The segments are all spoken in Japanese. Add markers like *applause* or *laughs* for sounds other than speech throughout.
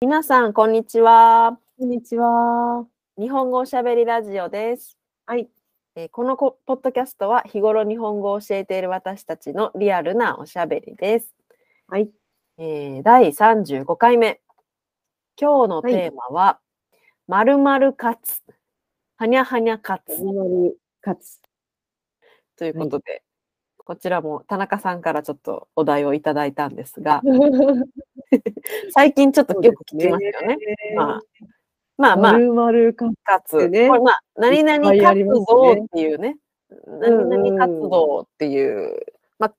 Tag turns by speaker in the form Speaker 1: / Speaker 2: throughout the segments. Speaker 1: 皆さん、こんにちは。
Speaker 2: こんにちは。
Speaker 1: 日本語おしゃべりラジオです。
Speaker 2: はい。
Speaker 1: えーこのこポッドキャストは日頃日本語を教えている私たちのリアルなおしゃべりです。
Speaker 2: はい。
Speaker 1: えー第35回目。今日のテーマは、まるまるかつ、はにゃはにゃかつ
Speaker 2: 始まりかつ。
Speaker 1: ということで、こちらも田中さんからちょっとお題をいただいたんですが、最近ちょっとよく聞きますよね。ままあまあ、
Speaker 2: まるまるか
Speaker 1: かつ、
Speaker 2: ってね
Speaker 1: これまあ、何々
Speaker 2: いっぱいあ
Speaker 1: 活
Speaker 2: ります
Speaker 1: 動
Speaker 2: ね
Speaker 1: っていうね、
Speaker 2: んうん
Speaker 1: 何々活動っていう、まあ、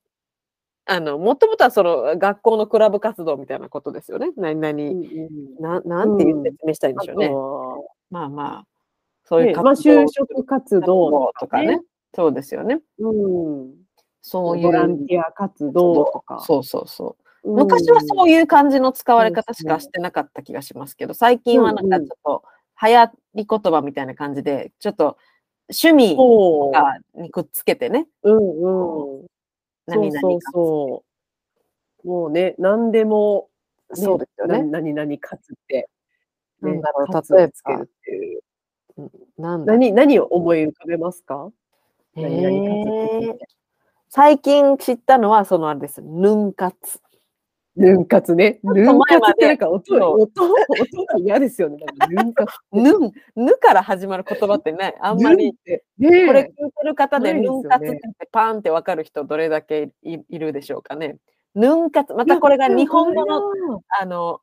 Speaker 1: あの、もともとはその学校のクラブ活動みたいなことですよね。何々、
Speaker 2: つ。
Speaker 1: ななんていう
Speaker 2: うん
Speaker 1: 説明したいんでしょうね。
Speaker 2: あと
Speaker 1: まあまあ、そういう
Speaker 2: ねまあ、
Speaker 1: 活動,、
Speaker 2: 就職活動
Speaker 1: とかね。そうですよね。
Speaker 2: うん、
Speaker 1: そういう。
Speaker 2: ボランティア活動とか。
Speaker 1: そうそうそう。
Speaker 2: うん
Speaker 1: 昔はそういう感じの使われ方し
Speaker 2: そう
Speaker 1: か
Speaker 2: ですね
Speaker 1: してなかった気がしますけど、最近はなんか
Speaker 2: うん
Speaker 1: ち
Speaker 2: う
Speaker 1: ょ
Speaker 2: ん
Speaker 1: っと流行り言葉みたいな感じで、ちょっと趣味
Speaker 2: そ
Speaker 1: とかにくっつけてね、
Speaker 2: う。うんうん。
Speaker 1: 何
Speaker 2: そ
Speaker 1: 々
Speaker 2: う
Speaker 1: か。
Speaker 2: そうそう。もうね、何でも、ね
Speaker 1: そうですよね。
Speaker 2: な何々かつって。ね
Speaker 1: なんだろう
Speaker 2: かつを
Speaker 1: 例えば
Speaker 2: つけるっていう。
Speaker 1: なんだ
Speaker 2: 何、何を思い浮かべますか何々活
Speaker 1: へー最近知ったのは、そのあれです、ヌン活。
Speaker 2: ヌン活ね。
Speaker 1: っと
Speaker 2: ヌ
Speaker 1: 前
Speaker 2: ン
Speaker 1: まで
Speaker 2: 活ってなんか音、
Speaker 1: そう
Speaker 2: 音、音が嫌ですよね。なんかヌン活。
Speaker 1: ヌン、ヌから始まる言葉って
Speaker 2: *laughs*
Speaker 1: ね、 *laughs* あんま
Speaker 2: ヌン
Speaker 1: り
Speaker 2: っ、て。ねえ
Speaker 1: これ聞いてる方で、
Speaker 2: ないです
Speaker 1: ヌ
Speaker 2: よ
Speaker 1: ン
Speaker 2: ね
Speaker 1: 活って言ってパーンってわかる人どれだけいいるでしょうかね。ヌン活、またこれが日本語の、。あの、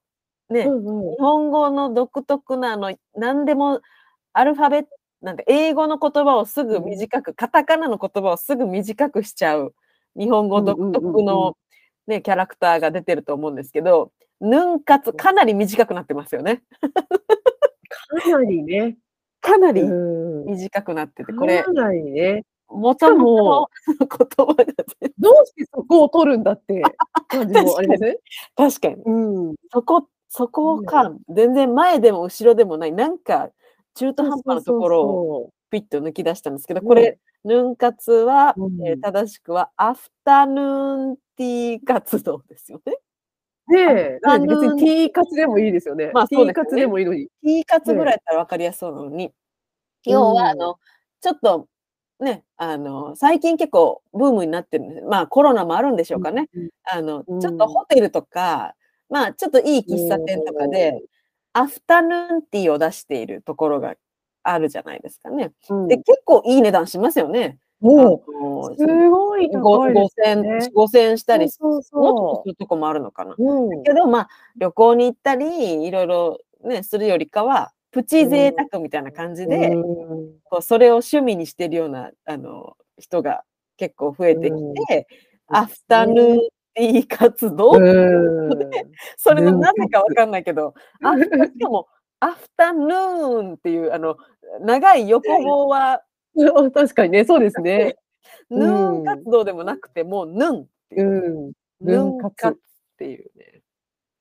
Speaker 1: ね、
Speaker 2: うんうん
Speaker 1: 日本語の独特なあの何でもアルファベットなんか英語の言葉をすぐ短く、カタカナの言葉をすぐ短くしちゃう日本語独
Speaker 2: うんうんう
Speaker 1: 特
Speaker 2: んうん
Speaker 1: の、ね、キャラクターが出てると思うんですけどヌン活かなり短くなってますよね
Speaker 2: かなりね。
Speaker 1: かな
Speaker 2: う
Speaker 1: り
Speaker 2: ん
Speaker 1: 短くなっててこれ
Speaker 2: かなりね。
Speaker 1: もともとの言葉が全
Speaker 2: どうしてそこを取るんだって感じもありません
Speaker 1: 確かに
Speaker 2: うん。
Speaker 1: そこそこか、全然前でも後ろでもないなんか中途半端なところを
Speaker 2: を。
Speaker 1: ピッと抜き出したんですけど、
Speaker 2: ね
Speaker 1: これ、ヌン活は、
Speaker 2: うん
Speaker 1: えー正しくはアフタヌーンティー活動ですよね。
Speaker 2: ねえ。
Speaker 1: あ
Speaker 2: なんで別
Speaker 1: あの
Speaker 2: に T 活でもいいですよね。
Speaker 1: まあ
Speaker 2: T
Speaker 1: そうですよね
Speaker 2: 活でもいいのに。
Speaker 1: ティー活ぐらいだったら分かりやすそうなのに、要は、あの、ちょっと、ね、あの、最近結構ブームになってるんです。まあコロナもあるんでしょうかね。
Speaker 2: うん。
Speaker 1: あの、
Speaker 2: うん
Speaker 1: ちょっとホテルとか、まあちょっといい喫茶店とかで、アフタヌーンティーを出しているところがあるじゃないですかね。
Speaker 2: うん
Speaker 1: で、結構いい値段しますよね。
Speaker 2: も
Speaker 1: あの
Speaker 2: う、すごい高いで
Speaker 1: 5000
Speaker 2: すよね。
Speaker 1: 5000したり
Speaker 2: そうそう
Speaker 1: もっと
Speaker 2: そ
Speaker 1: するとこもあるのかな。
Speaker 2: う。うん
Speaker 1: けどまあ旅行に行ったりいろいろねするよりかはプチ贅沢みたいな感じで、
Speaker 2: うん
Speaker 1: こうそれを趣味にしてるようなあの人が結構増えてきて、アフタヌーンティー活動、
Speaker 2: うん *laughs*
Speaker 1: それの
Speaker 2: ヌーン
Speaker 1: なぜかわかんないけどアフタしかもアフタヌーンっていうあの長い横棒は
Speaker 2: あ確かにね、そう *laughs* ですね。
Speaker 1: ヌー
Speaker 2: う
Speaker 1: ン
Speaker 2: ん
Speaker 1: 活動でもなくてもうヌンっていうう、
Speaker 2: *laughs* ん。
Speaker 1: ヌ
Speaker 2: ヌ
Speaker 1: ン
Speaker 2: ン
Speaker 1: 活
Speaker 2: 活
Speaker 1: っていうね。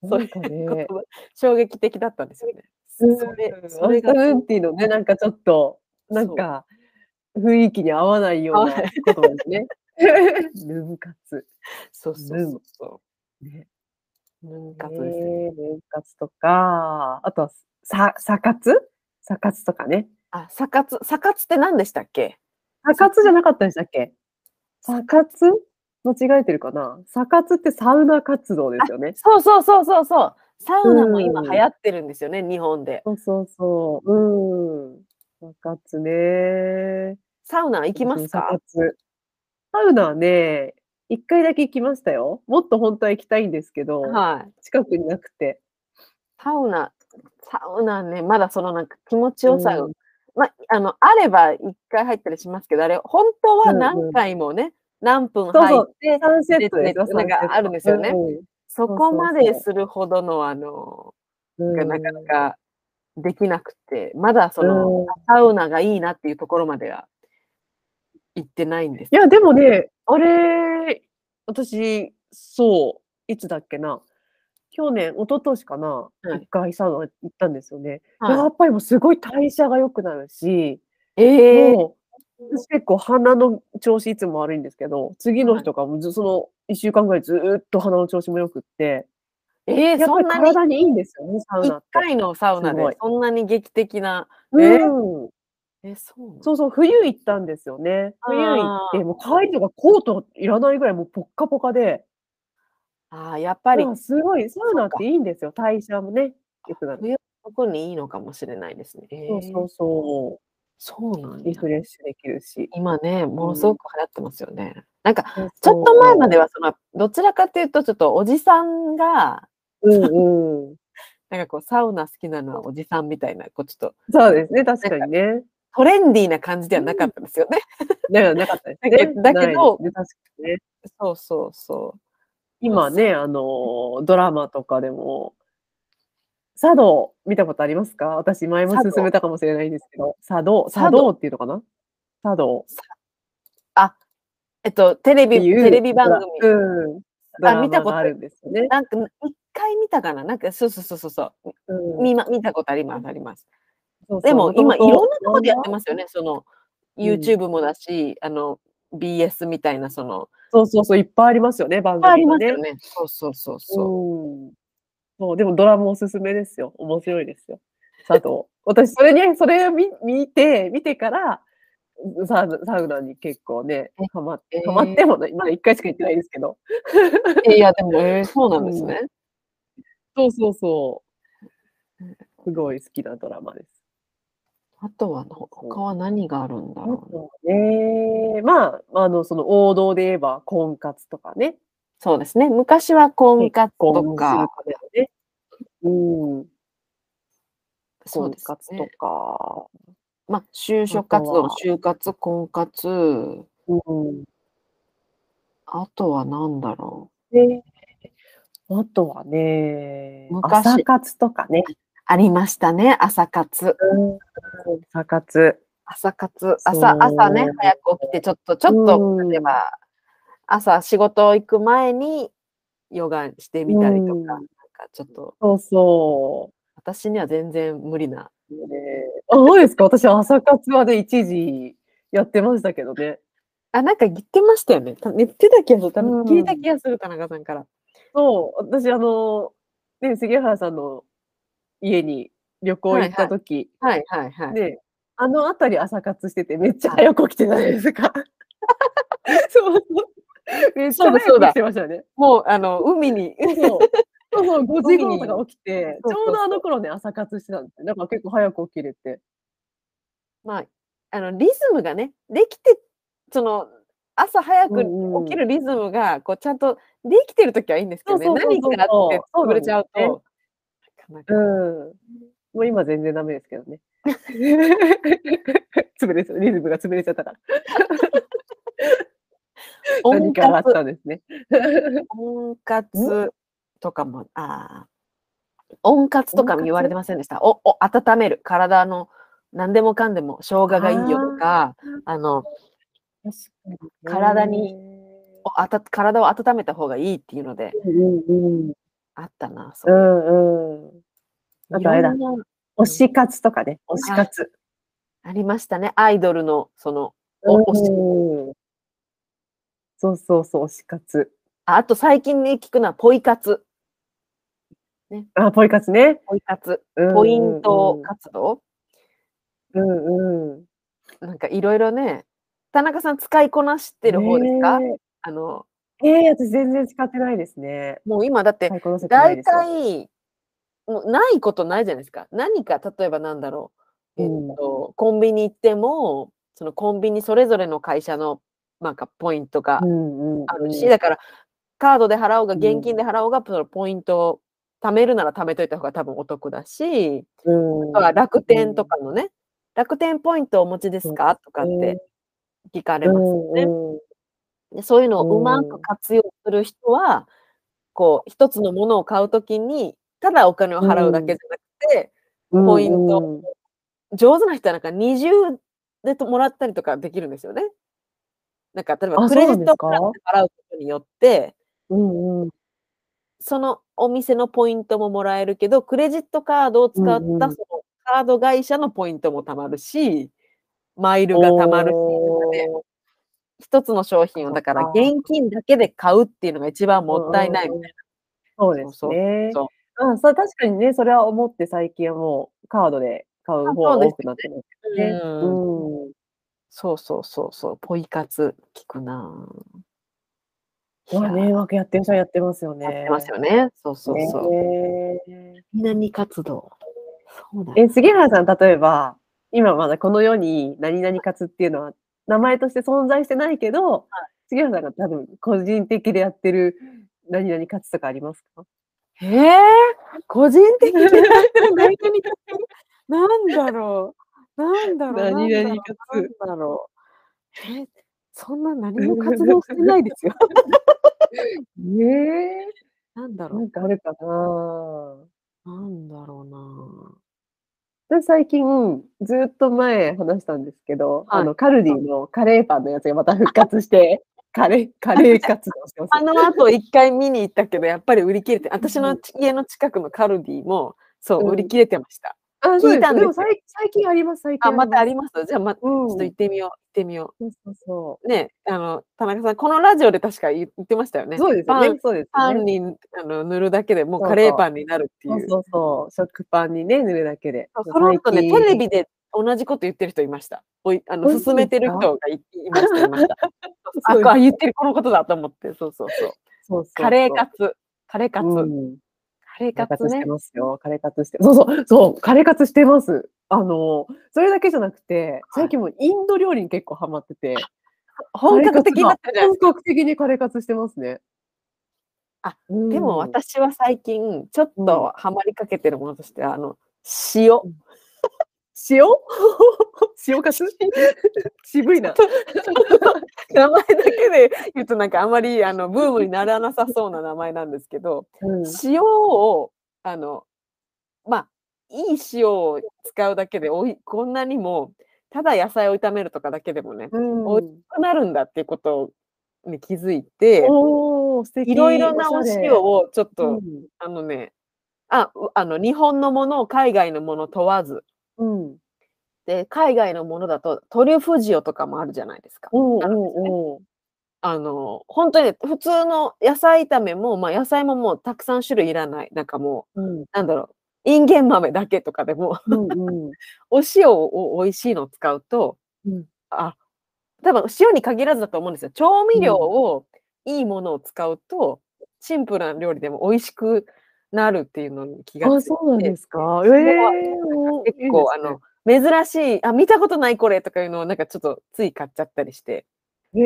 Speaker 1: そう
Speaker 2: な
Speaker 1: んいう
Speaker 2: か
Speaker 1: 言
Speaker 2: ね。
Speaker 1: 葉衝撃的だったんですよね。それ
Speaker 2: うん
Speaker 1: それが
Speaker 2: アフタヌーンティーのね、なんかちょっと、なんか、雰囲気に合わないような
Speaker 1: 合わな
Speaker 2: 言葉です *laughs* ね。ヌン活。
Speaker 1: そうそうそうそ
Speaker 2: ね
Speaker 1: う。ヌン
Speaker 2: ね
Speaker 1: 活ですね。
Speaker 2: ヌン活とか、あとは、さ、さ活さ活とかね。
Speaker 1: あ、サカツ、サカツって何でしたっけ？
Speaker 2: さ活じゃなかったでしたっけさ活間違えてるかなさ活ってサウナ活動ですよね。
Speaker 1: そうそうそうそうそう。サウナも今
Speaker 2: うん
Speaker 1: 流行ってるんですよね、日本で。
Speaker 2: そうそうそう。うん。サカツね。
Speaker 1: サウナ行きます
Speaker 2: サ
Speaker 1: か
Speaker 2: カ？ツ。サウナはね、一回だけ行きましたよ。もっと本当は行きたいんですけど、
Speaker 1: はい。
Speaker 2: 近くになくて。
Speaker 1: サウナ、サウナね、まだそのなんか気持ちよさが、
Speaker 2: うん
Speaker 1: まあのあれば一回入ったりしますけど、あれ本当は
Speaker 2: うんう
Speaker 1: 何
Speaker 2: ん
Speaker 1: 回もね、何分
Speaker 2: そう
Speaker 1: 入
Speaker 2: そ
Speaker 1: っ
Speaker 2: う。
Speaker 1: て、
Speaker 2: 3セットですよ。
Speaker 1: なんか
Speaker 2: サンセット
Speaker 1: あるんですよねそ
Speaker 2: そう
Speaker 1: こま
Speaker 2: そう
Speaker 1: で
Speaker 2: そう
Speaker 1: するほどのあの
Speaker 2: うん
Speaker 1: がなかなかできなくて、まだその、
Speaker 2: うん
Speaker 1: サウナがいいなっていうところまでは行ってないんです
Speaker 2: い。や、でもね、あれ、私、そう、いつだっけな。去年、一昨年かな、一、
Speaker 1: はい
Speaker 2: 回サウナ行ったんですよね。や
Speaker 1: は
Speaker 2: っぱりもうすごい代謝が良くなるし、
Speaker 1: い、ええ
Speaker 2: もう、私結構鼻の調子いつも悪いんですけど、次の日とかもず、その1週間ぐらいずーっと鼻の調子も良くって、
Speaker 1: えー、
Speaker 2: やっ
Speaker 1: そ
Speaker 2: ぱ
Speaker 1: ん
Speaker 2: り
Speaker 1: なに
Speaker 2: 体にいいんですよね、サウナ
Speaker 1: 1
Speaker 2: って。
Speaker 1: 回のサウナ
Speaker 2: すご
Speaker 1: で
Speaker 2: い
Speaker 1: そんなに劇的な。
Speaker 2: うん、
Speaker 1: え、そうなの
Speaker 2: そうそう、冬行ったんですよね。冬行
Speaker 1: あ
Speaker 2: っ
Speaker 1: ー
Speaker 2: て、もう帰りとかコートいらないぐらいもうポッカポカで、
Speaker 1: ああ、やっぱり
Speaker 2: まあすごい、サウナっていいんですよ、代謝もね、良くなる。
Speaker 1: 冬のとこにいいのかもしれないですね。えー
Speaker 2: そうそうそ
Speaker 1: そうなん
Speaker 2: う、リ
Speaker 1: だ
Speaker 2: フレッシュできるし。
Speaker 1: 今ね、ものすごく流行ってますよね。なんか、ち
Speaker 2: ち
Speaker 1: ょっと *laughs* 前まではその、どちらかというと、ちょっとおじさんが、
Speaker 2: うんうん。
Speaker 1: なんかこう、サウナ好きなのはおじさんみたいな、こう、ちょっと
Speaker 2: そうですね、確かにね。
Speaker 1: トレンディーな感じではなかったですよね。
Speaker 2: だからなかったです
Speaker 1: だけ
Speaker 2: ね。
Speaker 1: どだけど
Speaker 2: ないですね確かにね
Speaker 1: そうそうそう。
Speaker 2: 今ね、あのー、ドラマとかでも、茶道見たことありますか私、前も
Speaker 1: 茶道
Speaker 2: 勧めたかもしれないんですけど、茶道、
Speaker 1: 茶道
Speaker 2: 茶道っていうのかな茶道
Speaker 1: えっと、テレ
Speaker 2: って
Speaker 1: ビ、
Speaker 2: いう
Speaker 1: テレビ番組。
Speaker 2: うん、ド
Speaker 1: あ、
Speaker 2: ラ
Speaker 1: 見た
Speaker 2: マ
Speaker 1: こ
Speaker 2: が
Speaker 1: と
Speaker 2: あるんですよね。
Speaker 1: なんか、一回見たかななんか、そうそうそうそうそう、
Speaker 2: うん
Speaker 1: 見ま。見たことあります、あります。
Speaker 2: そうそう
Speaker 1: でも、今、いろんなとこでやって
Speaker 2: す。
Speaker 1: ますよね。その、
Speaker 2: うん
Speaker 1: YouTube もだし、あの、BS みたいな、その、
Speaker 2: そうそうそう、いっぱいありますよね、番組
Speaker 1: あります
Speaker 2: が
Speaker 1: よ
Speaker 2: ね。
Speaker 1: ね。そうそうそうそう。
Speaker 2: うんそう、でもドラマおすすめですよ。面白いですよ。佐藤。 *laughs* 私、それに、それを見見て、見てから、サウサウナに結構ね、ハマって、ハマってもない、まだ一回しか行ってないですけど。
Speaker 1: いや、でも、えー *laughs* そうなんですね。
Speaker 2: そうそうそう。すごい好きなドラマです。
Speaker 1: あとはの、他は何があるんだ
Speaker 2: あ
Speaker 1: ろうな。
Speaker 2: とね、まあ、あの、その王道で言えば、婚活とかね。
Speaker 1: そうですね。昔は婚活と
Speaker 2: 結婚
Speaker 1: か、
Speaker 2: するためのね。うん、
Speaker 1: そう
Speaker 2: 婚
Speaker 1: です
Speaker 2: 活と
Speaker 1: ね。
Speaker 2: か。
Speaker 1: まあ、就職活動
Speaker 2: あと
Speaker 1: の
Speaker 2: は
Speaker 1: 就活、婚活、
Speaker 2: うん
Speaker 1: あとは何だろう。
Speaker 2: ねあとはね、
Speaker 1: 昔
Speaker 2: 朝活とかね。
Speaker 1: ありましたね。朝活。
Speaker 2: 朝活。
Speaker 1: 朝活。朝、朝ね、早く起きて、ちょっと、ちょっと、
Speaker 2: うん
Speaker 1: 例えば、朝仕事行く前に、ヨガしてみたりとか、
Speaker 2: うん
Speaker 1: なんかちょっと、
Speaker 2: そうそ
Speaker 1: 私には全然無理な。
Speaker 2: う。ねあ、そうですか私、朝活はね、一時やってましたけどね。
Speaker 1: あ、なんか言ってましたよね。た言ってた気がする。多
Speaker 2: う
Speaker 1: 分
Speaker 2: ん
Speaker 1: 聞いた気がする、田中さんから。
Speaker 2: そう、私、あの、ね、杉原さんの家に旅行行った時、
Speaker 1: はいはいはい。
Speaker 2: ね、あのあたり朝活してて、めっちゃ早く起きてないですか。 *laughs* そうそう。めっちゃ早く起きてましたよね。
Speaker 1: もう、あの、海に、
Speaker 2: そうそうそう、5時頃とか起きて、
Speaker 1: そう
Speaker 2: ち
Speaker 1: そうそう
Speaker 2: ょうどあの頃ね、朝活してたんですよ。だから結構早く起きれて。
Speaker 1: まあ、あの、リズムがね、できて、その、朝早く
Speaker 2: うんうん
Speaker 1: 起きるリズムが、こう、ちゃんとできてるときはいいんですけどね、
Speaker 2: そうそうそう
Speaker 1: 何
Speaker 2: そう
Speaker 1: かあって
Speaker 2: そう
Speaker 1: 潰れちゃうと、
Speaker 2: そうなん
Speaker 1: なか
Speaker 2: う
Speaker 1: なか
Speaker 2: ん。もう今全然ダメですけどね。 *laughs* 潰れちゃうリズムが潰れちゃったから。何
Speaker 1: 温
Speaker 2: かがあっ
Speaker 1: 活、
Speaker 2: たんですね。
Speaker 1: 温活とかも、ああ、温活とかも言われてませんでした。お、お、温める、体の、何でもかんでも、生姜がいいよとか、あの、体におあた体を温めた方がいいっていうので、
Speaker 2: うんうんうん。
Speaker 1: あったな、そうう。
Speaker 2: んうん。あとあれだ
Speaker 1: いろんな
Speaker 2: 推し活とかね。推し活。
Speaker 1: ありましたね、アイドルの、その、お推し
Speaker 2: うんそうそうそう、推し活。
Speaker 1: ああと最近ね、聞くのはポイ活。
Speaker 2: あ、ポイ活ね。
Speaker 1: ポイ活。
Speaker 2: うんうんうん
Speaker 1: ポイント活動、
Speaker 2: うんうん。
Speaker 1: なんかいろいろね、田中さん使いこなしてる方ですか、
Speaker 2: ね
Speaker 1: あの、
Speaker 2: ええ私全然使ってないですね。
Speaker 1: もう今だって、
Speaker 2: 最高の世界
Speaker 1: 大
Speaker 2: ですよ。
Speaker 1: 体、もうないことないじゃないですか。何か、例えばなんだろう。え
Speaker 2: うん
Speaker 1: っと、コンビニ行っても、そのコンビニそれぞれの会社の、なんかポイントが
Speaker 2: うんうん、
Speaker 1: あるし、だから、カードで払おうが、
Speaker 2: うん
Speaker 1: 現金で払おうが、そのポイントを貯めるなら貯めといた方が多分お得だし、
Speaker 2: うん、
Speaker 1: あとは楽天とかのね、楽天ポイントお持ちですかとかって聞かれますよね。
Speaker 2: うんうん
Speaker 1: でそういうのをうまく活用する人は、こう、一つのものを買うときに、ただお金を払うだけじゃなくて、
Speaker 2: うん
Speaker 1: ポイント上手な人はなんか二重でともらったりとかできるんですよね。なんか、例えば
Speaker 2: あ
Speaker 1: ク
Speaker 2: そう
Speaker 1: レ
Speaker 2: な
Speaker 1: ジ
Speaker 2: ん
Speaker 1: ッ
Speaker 2: で
Speaker 1: ト
Speaker 2: す
Speaker 1: カ
Speaker 2: か
Speaker 1: ードで払うことによって、
Speaker 2: うんうん
Speaker 1: そのお店のポイントももらえるけど、クレジットカードを使ったそ
Speaker 2: うんうん
Speaker 1: のカード会社のポイントもたまるし、マイルがたまるし、で
Speaker 2: おー
Speaker 1: 一つの商品をだから
Speaker 2: そっか
Speaker 1: 現金だけで買うっていうのが一番もったいないみたい
Speaker 2: そうですね。
Speaker 1: そう
Speaker 2: うん、それ確かにね、それは思って最近はもうカードで買う方が多くなってますね。
Speaker 1: うん
Speaker 2: うん。
Speaker 1: そうそうそうそう、ポイ活効くなぁ。
Speaker 2: まあ
Speaker 1: い
Speaker 2: ね、
Speaker 1: や
Speaker 2: うまくやってる人はやってますよね。
Speaker 1: やってますよね。そうそうそう。
Speaker 2: ね
Speaker 1: 南活動。そうだね。
Speaker 2: え、杉原さん、例えば、今まだこの世に何々活っていうのは、名前として存在してないけど、杉原さんが多分個人的でやってる何々活とかありますか
Speaker 1: えー、個人的にやってる何々活 *laughs* なんだろう。なんだろう。
Speaker 2: 何々活
Speaker 1: なんだろう。なんだろうえ、そんな何も活動してないです *laughs* よ。
Speaker 2: ね
Speaker 1: なんだろ
Speaker 2: なんかあるかな
Speaker 1: う。なんだろうな
Speaker 2: 私最近、ずっと前話したんですけど、
Speaker 1: はい
Speaker 2: あの、カルディのカレーパンのやつがまた復活して、
Speaker 1: *laughs*
Speaker 2: カレー、カレー活動してます。
Speaker 1: あの後一回見に行ったけど、やっぱり売り切れて、私のち家の近くのカルディも、そう、
Speaker 2: うん
Speaker 1: 売り切れてました。
Speaker 2: あ
Speaker 1: そうです
Speaker 2: でも最最近あります、最近
Speaker 1: あ、またあり
Speaker 2: ま
Speaker 1: ます。じゃあ、ま、ち
Speaker 2: す。うん。
Speaker 1: ょっと行ってみよう、行ってみよ。
Speaker 2: そうそうそう
Speaker 1: ね、あの、田中さん、このラジオで確か言言ってましたよね。
Speaker 2: う。そうですよ
Speaker 1: パ
Speaker 2: ね。そうです
Speaker 1: パ
Speaker 2: よね
Speaker 1: ンにあの塗るだけでもう
Speaker 2: そうそう
Speaker 1: カレーパンになるってい
Speaker 2: そう
Speaker 1: う。
Speaker 2: そうそう。食パンにね、塗るだけで。
Speaker 1: そうその後ね、テ
Speaker 2: 最近
Speaker 1: レビで同じこと言ってる人いました。おいあの
Speaker 2: 本当ですか
Speaker 1: 勧めてる人がいいました、いました。あ
Speaker 2: *laughs* そうです
Speaker 1: あ、言ってるこのことだと思って、そうそうそう。
Speaker 2: そうそうそう
Speaker 1: カレーカツ、カレーカツ、
Speaker 2: うん
Speaker 1: カレー
Speaker 2: カレ
Speaker 1: カ
Speaker 2: ーカ
Speaker 1: ツ
Speaker 2: ツし
Speaker 1: ね
Speaker 2: て。ますよ。カレーカツして。そうそう、そう、カレーカツしてます。あの、それだけじゃなくて、最近もうインド料理に結構ハマってて、
Speaker 1: 本格的になってるじゃないですか。
Speaker 2: 本格的にカレーカツしてますね。
Speaker 1: あ、
Speaker 2: うん
Speaker 1: でも、私は最近、ちょっとハマりかけてるものとしては、あの、塩。
Speaker 2: 塩 *laughs* 塩
Speaker 1: *laughs*
Speaker 2: カツ渋いな。
Speaker 1: 名前だけで言うとなんかあまりあのブームにならなさそうな名前なんですけど、
Speaker 2: うん
Speaker 1: 塩をあのまあいい塩を使うだけでおいこんなにもただ野菜を炒めるとかだけでもね
Speaker 2: お
Speaker 1: なくなるんだっていうことに気づいて
Speaker 2: おー素敵
Speaker 1: いろいろなお塩をちょっと、
Speaker 2: うん
Speaker 1: あのねあうあの日本のものを海外のもの問わず
Speaker 2: うん
Speaker 1: で海外のものだとトリュフ塩とかもあるじゃないですか。
Speaker 2: おー
Speaker 1: あるんですね
Speaker 2: おーお
Speaker 1: あの本当にね普通の野菜炒めも、まあ、野菜ももうたくさん種類いらないなんかも
Speaker 2: ーうん
Speaker 1: うなんだろうインゲン豆だけとかでも *laughs*
Speaker 2: うんうん
Speaker 1: お塩を美味しいのを使うと
Speaker 2: うん
Speaker 1: あ多分塩に限らずだと思うんですよ調味料を、いいものを使うとシンプルな料理でも美味しくなるっていうのに気が
Speaker 2: あ、
Speaker 1: つい
Speaker 2: そうなん
Speaker 1: て
Speaker 2: ですか。え
Speaker 1: そ
Speaker 2: え
Speaker 1: れは
Speaker 2: ー、
Speaker 1: 結構あの珍しいあ見たことないこれとかいうのをなんかちょっとつい買っちゃったりして
Speaker 2: え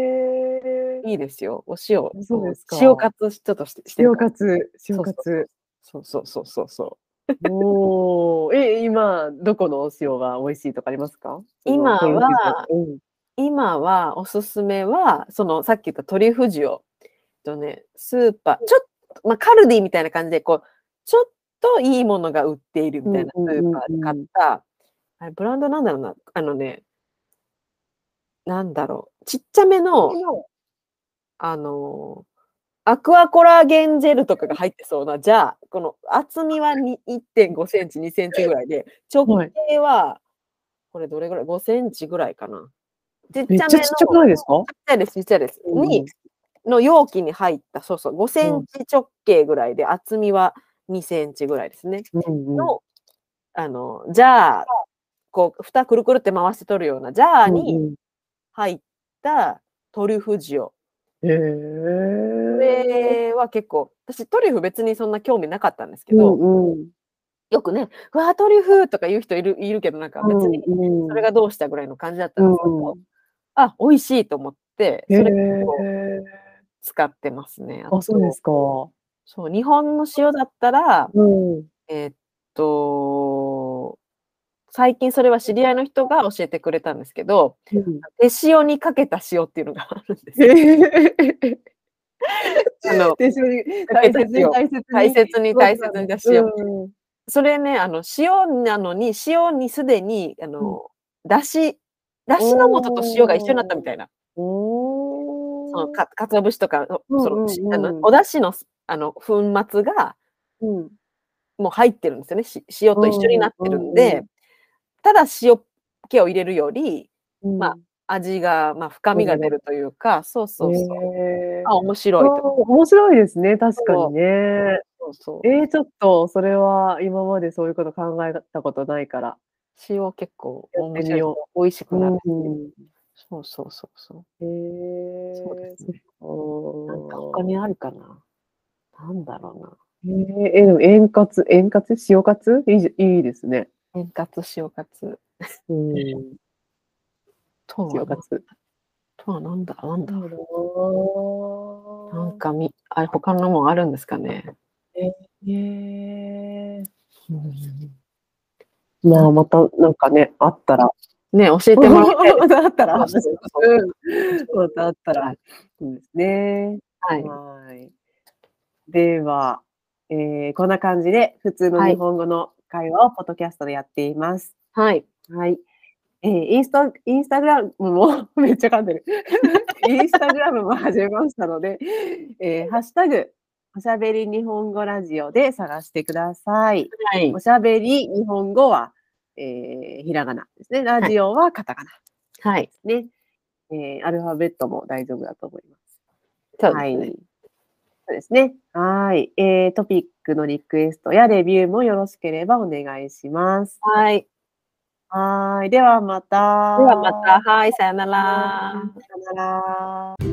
Speaker 2: え
Speaker 1: いいですよお塩
Speaker 2: そうですか
Speaker 1: 塩活ちょっとしてしてる
Speaker 2: 塩
Speaker 1: から
Speaker 2: カツ、塩
Speaker 1: そ
Speaker 2: カ
Speaker 1: う
Speaker 2: ツ。
Speaker 1: そうそうそうそうそ
Speaker 2: おお、え、今どこのお塩が美味しいとかありますか？
Speaker 1: 今は
Speaker 2: そのトリュフ
Speaker 1: う。今はおすすめは、そのさっき言ったトリュフ塩えっとね、スーパー、ちょっと、まあ、カルディみたいな感じで、こう、ちょっといいものが売っているみたいなス
Speaker 2: うんうんうんうん
Speaker 1: ーパーで買った、あれ、ブランドなんだろうな、あのね、なんだろう、ちっちゃめ
Speaker 2: と
Speaker 1: の、あのーアクアコラーゲンジェルとかが入ってそうな、じゃあ、この厚みはに1.5センチ、2センチぐらいで、直
Speaker 2: はい
Speaker 1: 径は、これどれぐらい ?5 センチぐらいかな。ちっ
Speaker 2: めっちゃちっちゃくないですか？
Speaker 1: ちっちゃいです、ちっちゃいです。
Speaker 2: うん
Speaker 1: に、の容器に入った、そうそう、5センチ直径ぐらいで、厚みは2センチぐらいですね。
Speaker 2: うんうん
Speaker 1: の、あの、じゃあ、こう、蓋くるくるって回して取るような、ジャーに入ったトリュフ塩。
Speaker 2: うん
Speaker 1: こ
Speaker 2: うん、へえ。
Speaker 1: れは結構、私トリュフ別にそんな興味なかったんですけ
Speaker 2: う
Speaker 1: ど、
Speaker 2: んうん、
Speaker 1: よくね、うわー、トリュフとか言う人いるいるけど、なんか別に
Speaker 2: うんうん、
Speaker 1: それがどうしたぐらいの感じだったんですけど、
Speaker 2: うん
Speaker 1: あ、美味しいと思って、
Speaker 2: へ
Speaker 1: それ
Speaker 2: え。
Speaker 1: 使ってますね。
Speaker 2: あ、そうですか。
Speaker 1: そう、日本の塩だったら、 *laughs*
Speaker 2: うん。
Speaker 1: えーっと、最近それは知り合いの人が教えてくれたんですけど、手塩にかけた塩っていうのがあるんです
Speaker 2: *laughs* へ
Speaker 1: よ。
Speaker 2: え。
Speaker 1: あの
Speaker 2: 大切に大切に大切に
Speaker 1: 大切に大切にだしよ
Speaker 2: うん
Speaker 1: それね、あの塩なのに、塩にすでに、あの、だし、だしの素と塩が一緒になったみたいな。そ
Speaker 2: おお。
Speaker 1: のかかつお節とか、
Speaker 2: うん
Speaker 1: その
Speaker 2: うんうん
Speaker 1: あのおだしのあの粉末が
Speaker 2: うん。
Speaker 1: もう入ってるんですよね。し塩と一緒になってるん
Speaker 2: うんうん
Speaker 1: で、
Speaker 2: う
Speaker 1: ただ塩気を入れるより、
Speaker 2: うん
Speaker 1: ま味が、まあ、深みが出るというか、そうそうそう。
Speaker 2: へー
Speaker 1: あ、面白い
Speaker 2: あー
Speaker 1: と。
Speaker 2: 面白いですね、確かにね。
Speaker 1: そうそう。
Speaker 2: えー、ちょっと、それは今までそういうこと考えたことないから。
Speaker 1: 塩結構
Speaker 2: やっ
Speaker 1: 面
Speaker 2: て
Speaker 1: 白
Speaker 2: み
Speaker 1: い
Speaker 2: よ
Speaker 1: 美味しくなるし、
Speaker 2: うん
Speaker 1: そうそうそうそう。
Speaker 2: へえ
Speaker 1: そうですね。な
Speaker 2: なん
Speaker 1: んか他にあるかななんだろうな。
Speaker 2: えー、えーでも円滑、円滑塩活いいじいいですね。
Speaker 1: 円滑塩カツ
Speaker 2: うん、
Speaker 1: とは
Speaker 2: 塩
Speaker 1: な
Speaker 2: 活。
Speaker 1: とはなんだなんだな、
Speaker 2: なん
Speaker 1: かみあれ他のもんあるんですかね。
Speaker 2: えー、まあ、また、なんかね、あった *laughs* ら。
Speaker 1: ね教えてもらいた *laughs* いで
Speaker 2: またあったら。
Speaker 1: そうそう
Speaker 2: うんまたあったら。そうですね。
Speaker 1: す。はい。
Speaker 2: はい。では、えー、こんな感じで、普通の日本語の会話をポッドキャストでやっています。
Speaker 1: はい。
Speaker 2: はい。えーインスタ、インスタグラムも、 *laughs* めっちゃ噛んでる。インスタグラムも始めましたので、えーハッシュタグ、おしゃべり日本語ラジオで探してください。
Speaker 1: はい
Speaker 2: お。しゃべり日本語は、えーひらがなですね。ラジオはカタカナ
Speaker 1: はい。
Speaker 2: ですね。えーアルファベットも大丈夫だと思います。
Speaker 1: そうで
Speaker 2: は
Speaker 1: す
Speaker 2: い。
Speaker 1: ね。
Speaker 2: そうですね。はい、えートピックのリクエストやレビューもよろしければお願いします。
Speaker 1: はい。
Speaker 2: はい。ではまた。哦
Speaker 1: ではまた。はい。さよなら
Speaker 2: さ。よなら。